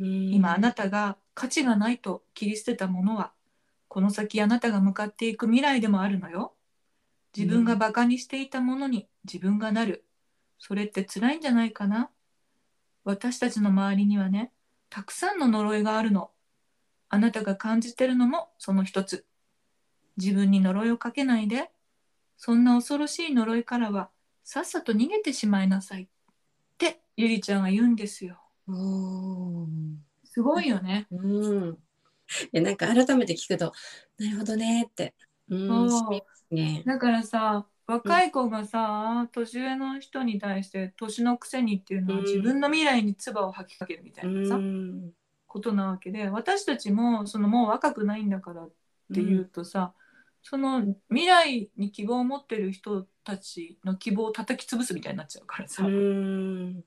[SPEAKER 1] 今
[SPEAKER 2] 今
[SPEAKER 1] あなたが価値がないと切り捨てたものはこの先あなたが向かっていく未来でもあるのよ自分がバカにしていたものに自分がなるそれって辛いんじゃないかな私たちの周りにはねたくさんの呪いがあるのあなたが感じてるのもその一つ自分に呪いをかけないでそんな恐ろしい呪いからはさっさと逃げてしまいなさいってゆりちゃんは言うんですよ
[SPEAKER 2] おー
[SPEAKER 1] すごいよね
[SPEAKER 2] うん。えなんか改めて聞くと、なるほどねって。うん。
[SPEAKER 1] そ
[SPEAKER 2] し
[SPEAKER 1] う
[SPEAKER 2] みますね。
[SPEAKER 1] だからさ若い子がさ、年上の人に対して年のくせにっていうのは
[SPEAKER 2] うん
[SPEAKER 1] 自分の未来に唾を吐きかけるみたいうなさ、
[SPEAKER 2] ん。
[SPEAKER 1] ことなわけで私たちもそのもう若くないんだからっていうとさ、その未来に希望を持ってる人たちの希望を叩き潰すみたいになっちゃうからさ、
[SPEAKER 2] うん。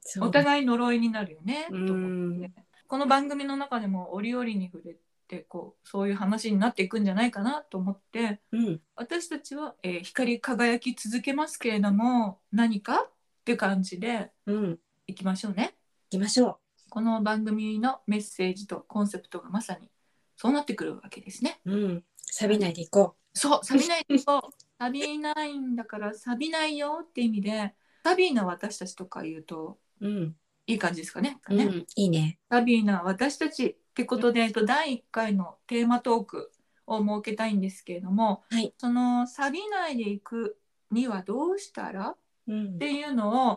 [SPEAKER 2] そう
[SPEAKER 1] お互い呪いになるよね、と思って
[SPEAKER 2] うん
[SPEAKER 1] この番組の中でも折々に触れってこうそういう話になっていくんじゃないかなと思って
[SPEAKER 2] うん。
[SPEAKER 1] 私たちは、えー光り輝き続けますけれども何かって感じで
[SPEAKER 2] うん。行
[SPEAKER 1] いきましょうね。
[SPEAKER 2] きましょ
[SPEAKER 1] この番組のメッセージとコンセプトがまさにそうなってくるわけですね。
[SPEAKER 2] う。うん。錆びないでいこ
[SPEAKER 1] そう、錆びないと、錆びないんだから、錆びないよって意味で、サビーな私たちとか言うと、
[SPEAKER 2] う。うん。
[SPEAKER 1] いい感じですかね。
[SPEAKER 2] う
[SPEAKER 1] ね
[SPEAKER 2] ん。いいね。
[SPEAKER 1] サビーな私たちってことで、えっと第1回のテーマトークを設けたいんですけれども、
[SPEAKER 2] はい
[SPEAKER 1] その錆びないでいくにはどうしたら
[SPEAKER 2] うん
[SPEAKER 1] っ。ていうのを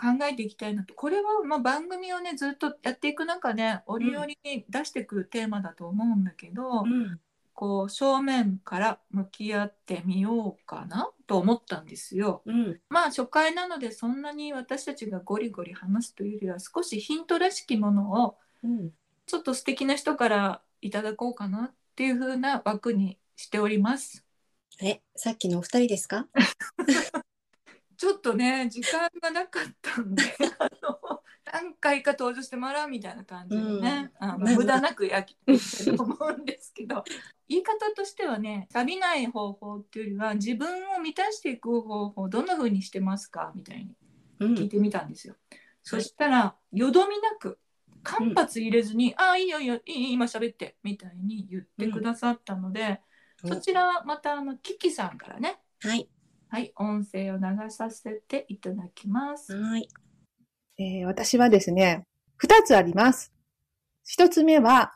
[SPEAKER 1] 考えていきたいなとこれはまあ番組をねずっとやっていく中で折々に出してくるテーマだと思うんだけど、
[SPEAKER 2] うん。
[SPEAKER 1] こう正面から向き合ってみようかなと思ったんですよ。
[SPEAKER 2] うん。
[SPEAKER 1] まあ初回なのでそんなに私たちがゴリゴリ話すというよりは少しヒントらしきものを
[SPEAKER 2] うん。
[SPEAKER 1] ちょっと素敵な人からいただこうかなっていう風な枠にしております。
[SPEAKER 2] え、さっきのお二人ですか
[SPEAKER 1] ちょっとね時間がなかったんであの何回か登場してもらうみたいな感じでね、あの
[SPEAKER 2] まあ
[SPEAKER 1] 無駄なくやきていきたいと思うんですけど言い方としてはね錆びない方法っていうよりは自分を満たしていく方法どんな風にしてますかみたいに
[SPEAKER 2] う
[SPEAKER 1] 聞い
[SPEAKER 2] ん。
[SPEAKER 1] てみたんですよ。そしたらよどみなく間髪入れずに「ああいいよいいよいい今喋って」みたいに言ってくださったので、そちらはまたあのキキさんからね
[SPEAKER 2] はい。
[SPEAKER 1] はい、音声を流させていただきます。
[SPEAKER 2] はい。
[SPEAKER 4] えー私はですね、二つあります。一つ目は、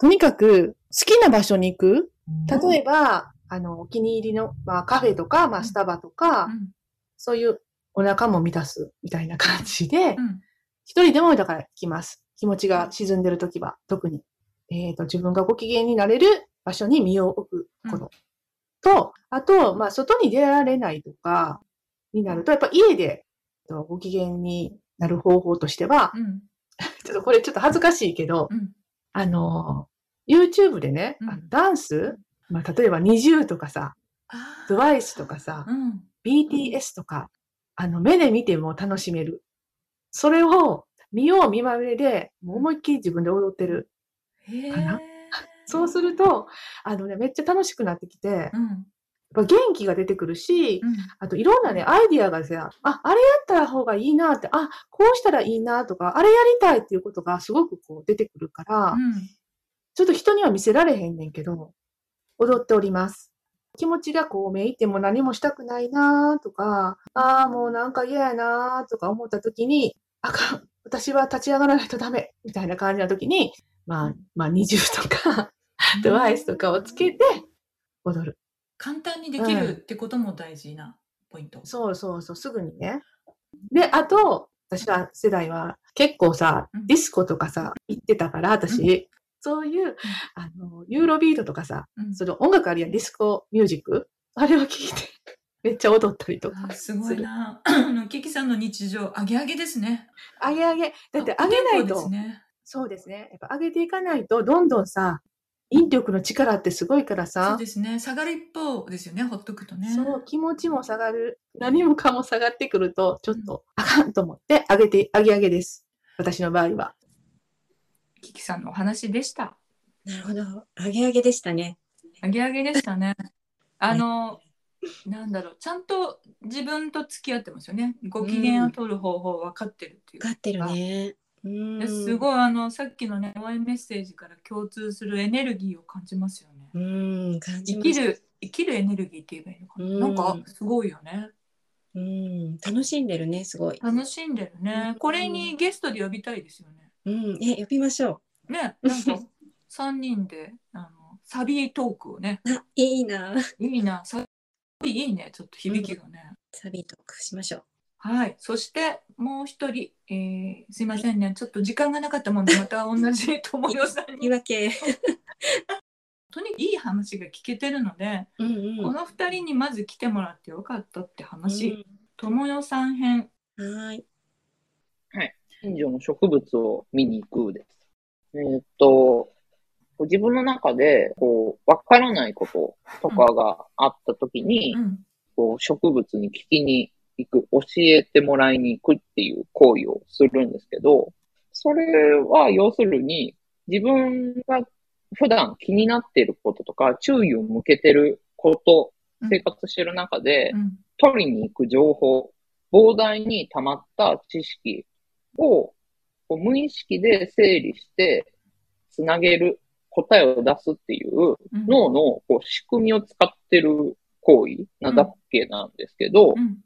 [SPEAKER 4] とにかく好きな場所に行く。例えば、あの、お気に入りの、まあ、カフェとか、まあ、スタバとか、
[SPEAKER 1] うん
[SPEAKER 4] そういうお腹も満たすみたいな感じで、
[SPEAKER 1] うん
[SPEAKER 4] 一人でもだから行きます。気持ちが沈んでるときは、特に。えっ、と、自分がご機嫌になれる場所に身を置くこと。と、あと、まあ、外に出られないとか、になると、やっぱ家で、えっとご機嫌になる方法としては、
[SPEAKER 1] うん
[SPEAKER 4] ちょっとこれちょっと恥ずかしいけど、
[SPEAKER 1] うん
[SPEAKER 4] あの、YouTube でね、
[SPEAKER 1] うん
[SPEAKER 4] あのダンス、まあ、例えば NiziU とかさ、
[SPEAKER 1] あー
[SPEAKER 4] TWICE とかさ
[SPEAKER 1] う、ん
[SPEAKER 4] BTS とか、あの、目で見ても楽しめる。それを、見よう見まねで、もう思いっきり自分で踊ってる。
[SPEAKER 1] へ
[SPEAKER 4] か
[SPEAKER 1] ー
[SPEAKER 4] なそうすると、あのね、めっちゃ楽しくなってきて、やっ
[SPEAKER 1] うん
[SPEAKER 4] ぱ元気が出てくるし
[SPEAKER 1] う、ん
[SPEAKER 4] あといろんなね、アイディアがさ、あ、あれやった方がいいなって、あ、こうしたらいいなとか、あれやりたいっていうことがすごくこう出てくるから、
[SPEAKER 1] うん
[SPEAKER 4] ちょっと人には見せられへんねんけど、踊っております。気持ちがこう、めいても何もしたくないなーとか、ああ、もうなんか嫌やなーとか思った時に、あかん、私は立ち上がらないとダメみたいな感じの時に、まあ、まあ、20とか、ドワイスとかをつけて踊る。
[SPEAKER 1] 簡単にできるってことも大事なポイント。
[SPEAKER 4] そうそうそう、すぐにね。で、あと、私ら世代は結構さ
[SPEAKER 1] うん、
[SPEAKER 4] ディスコとかさ、行ってたから、私、そういう、あの、ユーロビートとかさ、
[SPEAKER 1] うん
[SPEAKER 4] その音楽あるやん、ディスコミュージック。あれを聞いて、 めっちゃ踊ったりとか。
[SPEAKER 1] あーすごいな。あのキキさんの日常あげあげですね。
[SPEAKER 4] あげあげ。だってあげない
[SPEAKER 1] お天
[SPEAKER 4] と、
[SPEAKER 1] 気ですね
[SPEAKER 4] そうですね。やっぱ上げていかないと、どんどんさ、引力の力ってすごいから
[SPEAKER 1] そう
[SPEAKER 4] さ、
[SPEAKER 1] ですね。下がる一方ですよね。ほっとくとね。
[SPEAKER 4] そう、気持ちも下がる。何もかも下がってくると、ちょっと、あかんと思って、上げて、上げ上げです。私の場合は。
[SPEAKER 1] キキさんのお話でした。
[SPEAKER 2] なるほど。あげあげでしたね。
[SPEAKER 1] あげあげでした ね。あの、なんだろう、ちゃんと自分と付き合ってますよね。ご機嫌を取る方法分かってるっていう
[SPEAKER 2] わかってるね。う
[SPEAKER 1] で
[SPEAKER 2] ん。
[SPEAKER 1] すごいあのさっきのね応援メッセージから共通するエネルギーを感じますよね。
[SPEAKER 2] うん。感じ
[SPEAKER 1] 生
[SPEAKER 2] ま
[SPEAKER 1] き
[SPEAKER 2] す。
[SPEAKER 1] る生きるエネルギーって言えばいいのかな。
[SPEAKER 2] うん
[SPEAKER 1] なんかすごいよね。
[SPEAKER 2] うん。楽しんでるね。すごい。
[SPEAKER 1] 楽しんでるね
[SPEAKER 2] う。ん
[SPEAKER 1] これにゲストで呼びたいですよね。
[SPEAKER 2] うん。え、呼びましょ
[SPEAKER 1] ね なんか三人であのサビトークをね
[SPEAKER 2] う。あ、いいな。
[SPEAKER 1] いいなサビいいねちょっと響きがね。
[SPEAKER 2] サビトークしましょう。
[SPEAKER 1] はい。そして、もう一人、えーすいませんね。ちょっと時間がなかったもん で、また同じ友よさん
[SPEAKER 2] 言
[SPEAKER 1] に
[SPEAKER 2] い。訳。
[SPEAKER 1] とにかくいい話が聞けてるので、
[SPEAKER 2] うん
[SPEAKER 1] この二人にまず来てもらってよかったって話。
[SPEAKER 2] し
[SPEAKER 1] 友よさん編。
[SPEAKER 2] はーい。
[SPEAKER 5] 近所の植物を見に行くです。えーっと、自分の中で、こう、わからないこととかがあった時に、
[SPEAKER 1] うん。
[SPEAKER 5] こう、植物に聞きに行く、教えてもらいに行くっていう行為をするんですけど、それは要するに、自分が普段気になっていることとか、注意を向けてること、生活してる中で、
[SPEAKER 1] うん
[SPEAKER 5] 取りに行く情報、膨大に溜まった知識を、こう無意識で整理して、つなげる、答えを出すっていう、
[SPEAKER 1] うん
[SPEAKER 5] 脳のこう仕組みを使ってる行為なだけなんですけど、
[SPEAKER 1] うん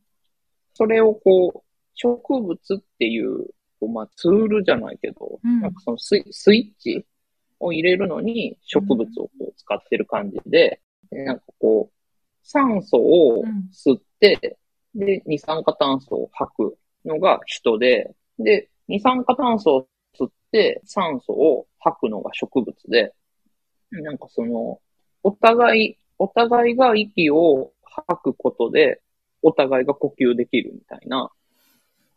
[SPEAKER 5] それをこう、植物っていう、こうまあ、ツールじゃないけど、
[SPEAKER 1] うん
[SPEAKER 5] なんかそのスイスイッチを入れるのに植物をこう使ってる感じで、でなんかこう、酸素
[SPEAKER 1] う
[SPEAKER 5] を
[SPEAKER 1] ん
[SPEAKER 5] 吸って、で、二酸化炭素を吐くのが人で、で、二酸化炭素を吸って酸素を吐くのが植物で、なんかその、お互い、お互いが息を吐くことで、お互いが呼吸できるみたいな、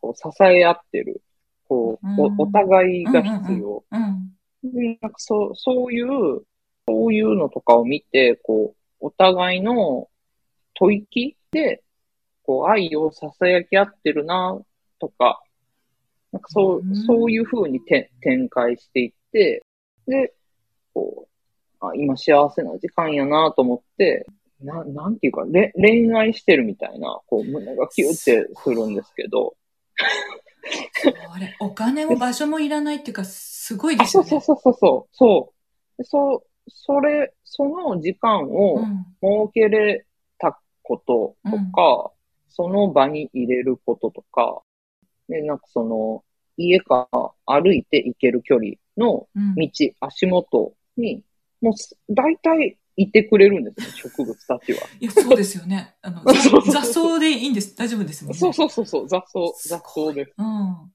[SPEAKER 5] こう支え合ってる、こう、
[SPEAKER 1] うん
[SPEAKER 5] おお互いが必要。
[SPEAKER 1] うん
[SPEAKER 5] でなんかそう、そういう、そういうのとかを見て、こう、お互いの吐息で、こう、愛を囁き合ってるな、とか、なんかそう、
[SPEAKER 1] うん
[SPEAKER 5] そういう風にて展開していって、で、こう、あ今幸せな時間やなと思って、ななんていうか、れ恋愛してるみたいな、こう、胸がキューってするんですけど、
[SPEAKER 1] これお金も場所もいらないっていうかすごい
[SPEAKER 5] あ、
[SPEAKER 1] です
[SPEAKER 5] そ
[SPEAKER 1] よ
[SPEAKER 5] うそう
[SPEAKER 1] ね。
[SPEAKER 5] そうそうそう、そう、でそう、それ、その時間を、
[SPEAKER 1] うん
[SPEAKER 5] 設けれたこととか、その場に入れることとか、で、なんかその、家から歩いて行ける距離の
[SPEAKER 1] うん
[SPEAKER 5] 道、足元に、もうす大体いてくれるんですよ、 植物たちは。
[SPEAKER 1] いや、そうですよね。あの、ざ
[SPEAKER 5] そうそうそう
[SPEAKER 1] 雑草でいいんです。大丈夫ですもんね。
[SPEAKER 5] そうそうそうそう、雑草、雑草です。
[SPEAKER 1] うん。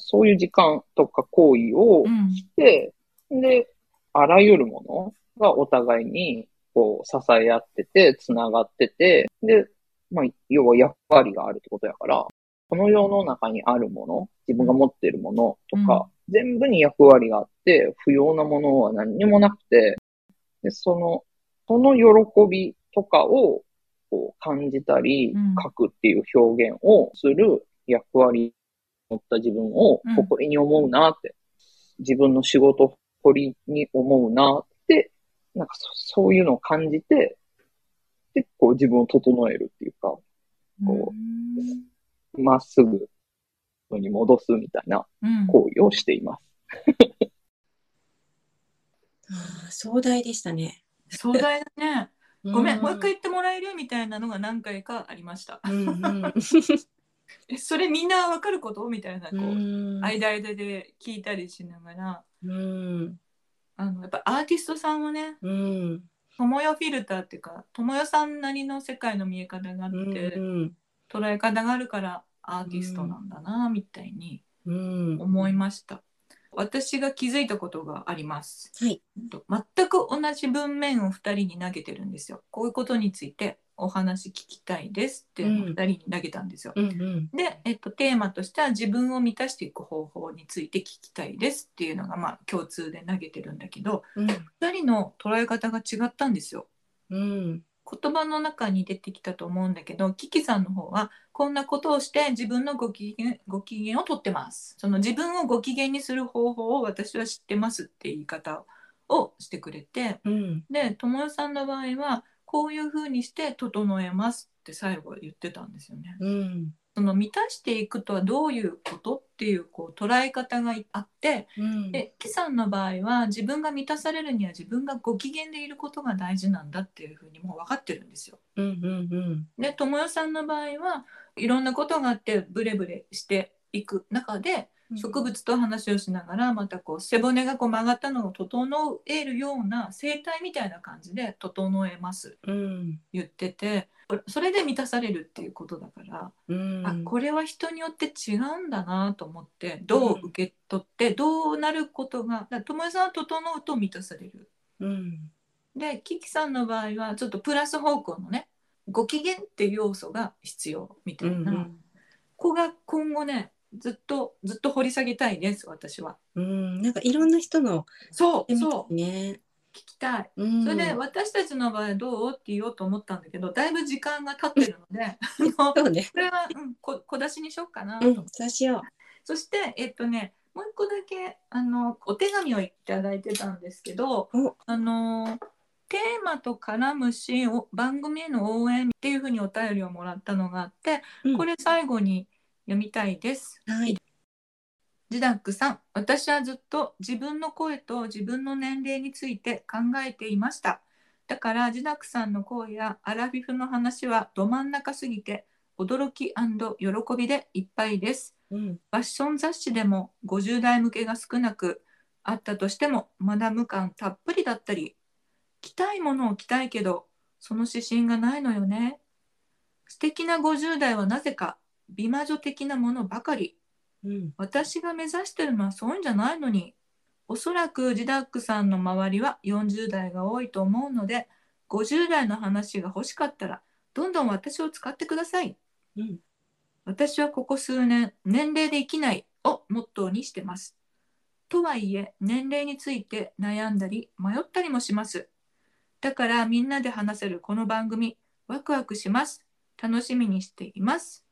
[SPEAKER 5] そういう時間とか行為を
[SPEAKER 1] うん。
[SPEAKER 5] して、で、あらゆるものがお互いに、こう、支え合ってて、繋がってて、で、まあ、要は役割があるってことやから、この世の中にあるもの、自分が持ってるものとか、全部に役割があって、不要なものは何にもなくて、で、その、その喜びとかを、こう、感じたり
[SPEAKER 1] うん、
[SPEAKER 5] 書くっていう表現をする役割を持った自分を
[SPEAKER 1] うん
[SPEAKER 5] 誇りに思うなって、自分の仕事を誇りに思うなって、なんかそそういうのを感じて、で、こう自分を整えるっていうか、こまっすぐに戻すみたいな
[SPEAKER 1] うん。
[SPEAKER 5] 行為をしています。
[SPEAKER 2] あー壮大でしたね。
[SPEAKER 1] 壮大だね。ごめん、
[SPEAKER 2] う
[SPEAKER 1] もう一回言ってもらえるみたいなのが何回かありました。
[SPEAKER 2] うんうん
[SPEAKER 1] えそれみんなわかることみたいな、こ
[SPEAKER 2] う
[SPEAKER 1] う、
[SPEAKER 2] ん
[SPEAKER 1] 間間で聞いたりしながら、
[SPEAKER 2] うん
[SPEAKER 1] あの、やっぱアーティストさんはね、
[SPEAKER 2] うん
[SPEAKER 1] 友よフィルターっていうか、友よさんなりの世界の見え方があっ
[SPEAKER 2] うん
[SPEAKER 1] て、捉え方があるからアーティストなんだな、みたいに
[SPEAKER 2] うんうん
[SPEAKER 1] 思いました。私が気づいたことがあります。
[SPEAKER 2] はい
[SPEAKER 1] と全く同じ文面を2人に投げてるんですよ。こういうことについてお話聞きたいですって
[SPEAKER 2] うん
[SPEAKER 1] 2人に投げたんですよ。
[SPEAKER 2] うんうん
[SPEAKER 1] で、えっと、テーマとしては自分を満たしていく方法について聞きたいですっていうのがまあ共通で投げてるんだけど
[SPEAKER 2] うん
[SPEAKER 1] 2人の捉え方が違ったんですよ。
[SPEAKER 2] うん
[SPEAKER 1] 言葉の中に出てきたと思うんだけどキキさんの方はこんなことをして自分のご機嫌ご機嫌をとってますその自分をご機嫌にする方法を私は知ってますって言い方をしてくれて
[SPEAKER 2] うん
[SPEAKER 1] で友よさんの場合はこういうふうにして整えますって最後言ってたんですよね。
[SPEAKER 2] うん
[SPEAKER 1] その満たしていくとはどういうことっていうこう捉え方があって
[SPEAKER 2] うん
[SPEAKER 1] でキさんの場合は自分が満たされるには自分がご機嫌でいることが大事なんだっていうふうにもう分かってるんですよ。
[SPEAKER 2] うんうんうん
[SPEAKER 1] で友代さんの場合はいろんなことがあってブレブレしていく中で植物と話をしながらまたこう背骨がこう曲がったのを整えるような生態みたいな感じで「整えます
[SPEAKER 2] うん」
[SPEAKER 1] 言っててそれで満たされるっていうことだから、
[SPEAKER 2] うん
[SPEAKER 1] あこれは人によって違うんだなと思ってどう受け取ってどうなることがだから友代さんは整うと満たされる
[SPEAKER 2] うん
[SPEAKER 1] でキキさんの場合はちょっとプラス方向のねご機嫌っていう要素が必要みた
[SPEAKER 2] う
[SPEAKER 1] い
[SPEAKER 2] ん
[SPEAKER 1] な、ここが今後ねずっとずっと掘り下げたいです私は
[SPEAKER 2] うんうんなんかいろんな人の
[SPEAKER 1] そう
[SPEAKER 2] そ
[SPEAKER 1] そう
[SPEAKER 2] うね
[SPEAKER 1] 聞きたい
[SPEAKER 2] うん
[SPEAKER 1] それで私たちの場合どうって言おうと思ったんだけどだいぶ時間が経ってる のであの
[SPEAKER 2] そうね
[SPEAKER 1] これは、うん、こ小出しにしようかなと、
[SPEAKER 2] うんそうしよ
[SPEAKER 1] そしてえっとねもう一個だけあのお手紙をいただいてたんですけど
[SPEAKER 2] お
[SPEAKER 1] あのテーマと絡むしお番組への応援っていうふうにお便りをもらったのがあって、
[SPEAKER 2] うん
[SPEAKER 1] これ最後に読みたいです。
[SPEAKER 2] はい。
[SPEAKER 1] ジダックさん、私はずっと自分の声と自分の年齢について考えていました。だからジダックさんの声やアラフィフの話はど真ん中すぎて驚き喜びでいっぱいです。
[SPEAKER 2] うん。
[SPEAKER 1] ファッション雑誌でも50代向けが少なくあったとしてもマダム感たっぷりだったり着たいものを着たいけどその指針がないのよね素敵な50代はなぜか美魔女的なものばかり
[SPEAKER 2] うん。
[SPEAKER 1] 私が目指してるのはそういうんじゃないのにおそらくジダックさんの周りは40代が多いと思うので50代の話が欲しかったらどんどん私を使ってください
[SPEAKER 2] うん。
[SPEAKER 1] 私はここ数年年齢で生きないをモットーにしてます。とはいえ年齢について悩んだり迷ったりもします。だからみんなで話せるこの番組ワクワクします。楽しみにしています。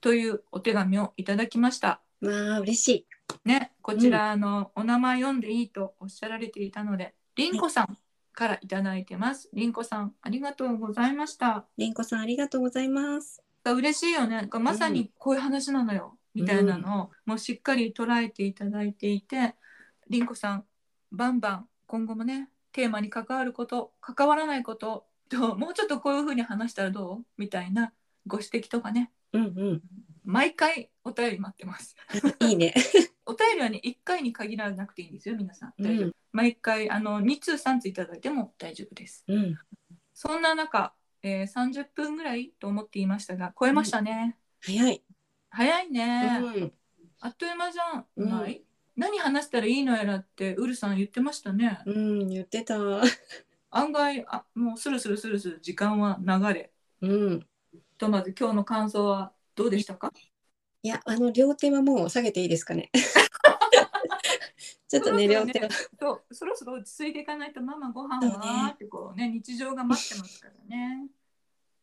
[SPEAKER 1] というお手紙をいただきました。
[SPEAKER 2] わあ、嬉しい。
[SPEAKER 1] ね、こちら、あのお名前読んでいいとおっしゃられていたので、りんこさんからいただいてます。りんこさんありがとうございました。
[SPEAKER 2] れんこさん、ありがとうございます。
[SPEAKER 1] 嬉しいよねなんかまさにこういう話なのよ、みたいなのをもうしっかり捉えていただいていてりんこさんバンバン今後もねテーマに関わること関わらないことともうちょっとこういうふうに話したらどうみたいなご指摘とかね
[SPEAKER 2] うんうん
[SPEAKER 1] 毎回お便り待ってます。
[SPEAKER 2] あいいね。
[SPEAKER 1] お便りはね1回に限らなくていいんですよ皆さん
[SPEAKER 2] う
[SPEAKER 1] 大丈夫、
[SPEAKER 2] ん。
[SPEAKER 1] 毎回あの2通3通いただいても大丈夫です
[SPEAKER 2] うん。
[SPEAKER 1] そんな中、えー30分ぐらいと思っていましたが超えましたね、
[SPEAKER 2] 早い。
[SPEAKER 1] 早いね、
[SPEAKER 2] うん。
[SPEAKER 1] あっという間じゃ
[SPEAKER 2] うん
[SPEAKER 1] ない、何話したらいいのやらってウルさん言ってましたね、
[SPEAKER 2] うん、言ってた。
[SPEAKER 1] 案外あもうスルスルスルスル時間は流れ
[SPEAKER 2] うん。
[SPEAKER 1] ひとまず今日の感想はどうでしたか
[SPEAKER 2] いや、あの、両手はもう下げていいです かね。ちょっとね、
[SPEAKER 1] そろ
[SPEAKER 2] 両
[SPEAKER 1] そろ
[SPEAKER 2] 手は。
[SPEAKER 1] そうそろそろ落ち着いていかないとママご飯
[SPEAKER 2] そう
[SPEAKER 1] は
[SPEAKER 2] ね
[SPEAKER 1] ってこうね日常が待ってますからね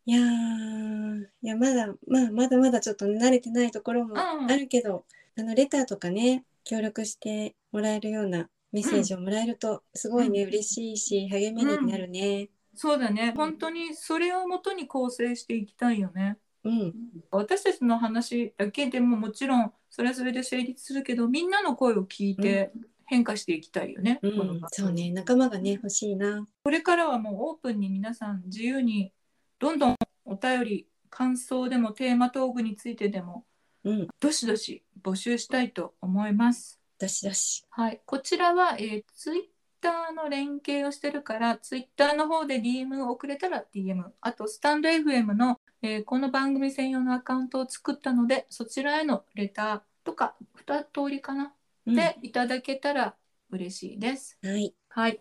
[SPEAKER 2] いやー、いや、まだ、まあ、まだまだちょっと慣れてないところも
[SPEAKER 1] うん
[SPEAKER 2] あるけど、あの、レターとかね、協力してもらえるようなメッセージをもらえると、すごいね、
[SPEAKER 1] うん
[SPEAKER 2] 嬉しいし、励みになるね。
[SPEAKER 1] そうだね本当にそれをもとに構成していきたいよね
[SPEAKER 2] うん、
[SPEAKER 1] 私たちの話だけでももちろんそれはそれで成立するけどみんなの声を聞いて変化していきたいよね、
[SPEAKER 2] う
[SPEAKER 1] この番、
[SPEAKER 2] ん
[SPEAKER 1] 組
[SPEAKER 2] そうね、仲間がね、欲しいな。
[SPEAKER 1] これからはもうオープンに皆さん自由にどんどんお便り感想でもテーマトークについてでも
[SPEAKER 2] うん、
[SPEAKER 1] どしどし募集したいと思います。
[SPEAKER 2] どしどし。
[SPEAKER 1] はい、こちらは、えー、ツイッターの連携をしてるからツイッターの方で DM を送れたら DM あとスタンド FM の、えーこの番組専用のアカウントを作ったのでそちらへのレターとか2通りかな、
[SPEAKER 2] うん、は
[SPEAKER 1] でいただけたら嬉しいです。
[SPEAKER 2] い。
[SPEAKER 1] はい。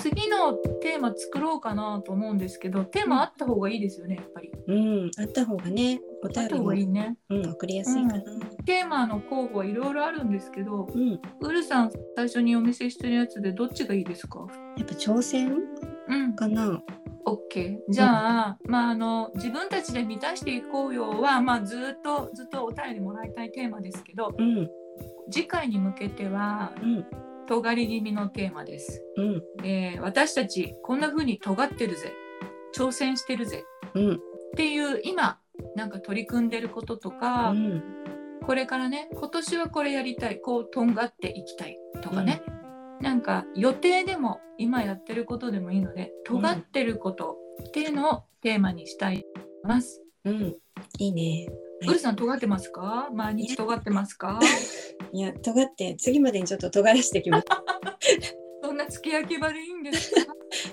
[SPEAKER 1] 次のテーマ作ろうかなと思うんですけど、テーマあった方がいいですよね、やっぱり。
[SPEAKER 2] うん、あった方がね、お
[SPEAKER 1] あった
[SPEAKER 2] 便り
[SPEAKER 1] 方
[SPEAKER 2] も、
[SPEAKER 1] がいいね。
[SPEAKER 2] うん、送りやすいかな。
[SPEAKER 1] テーマの候補はいろいろあるんですけど、
[SPEAKER 2] うん、
[SPEAKER 1] ウルさん最初にお見せしてるやつでどっちがいいですか？
[SPEAKER 2] やっぱ挑戦
[SPEAKER 1] うん。
[SPEAKER 2] かな。
[SPEAKER 1] OK じゃあ,、まああの自分たちで満たしていこうよは、まあ、ずーっとずっとお便りもらいたいテーマですけど、
[SPEAKER 2] うん、
[SPEAKER 1] 次回に向けては
[SPEAKER 2] うん、
[SPEAKER 1] 尖り気味のテーマです、
[SPEAKER 2] うん、
[SPEAKER 1] えー私たちこんな風に尖ってるぜ挑戦してるぜ
[SPEAKER 2] うん、
[SPEAKER 1] っていう今なんか取り組んでることと
[SPEAKER 2] う
[SPEAKER 1] か、
[SPEAKER 2] ん、
[SPEAKER 1] これからね今年はこれやりたいこうとんがっていきたいとかね、なんか予定でも今やってることでもいいので尖ってることっていうのをテーマにしたいと思います。
[SPEAKER 2] うん、いいね。はいう
[SPEAKER 1] るさん尖ってますか毎日尖ってます か
[SPEAKER 2] いや、尖って、次までにちょっと尖らしてきます。
[SPEAKER 1] そんな付き焼き悪いんですか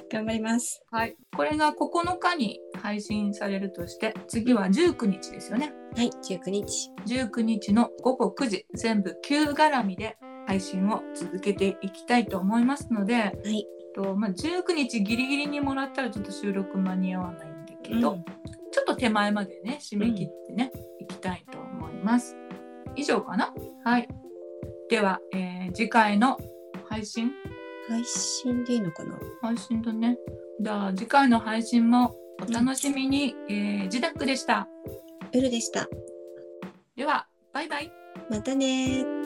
[SPEAKER 2] 頑張ります。
[SPEAKER 1] はい、これが9日に配信されるとして次は19日ですよね
[SPEAKER 2] はい、十九日。
[SPEAKER 1] 19日の午後9時全部9絡みで配信を続けていきたいと思いますので、
[SPEAKER 2] い
[SPEAKER 1] えっとまあ、19日ギリギリにもらったらちょっと収録間に合わないんだけど、
[SPEAKER 2] うん
[SPEAKER 1] ちょっと手前までね締め切ってね、いきたいと思います以上かなはいでは、えー次回の配信
[SPEAKER 2] 配信でいいのかな。
[SPEAKER 1] 配信だねじゃあ次回の配信もお楽しみに、えー、ジダックでした。
[SPEAKER 2] 夜でした。
[SPEAKER 1] では、バイバイ。
[SPEAKER 2] またねー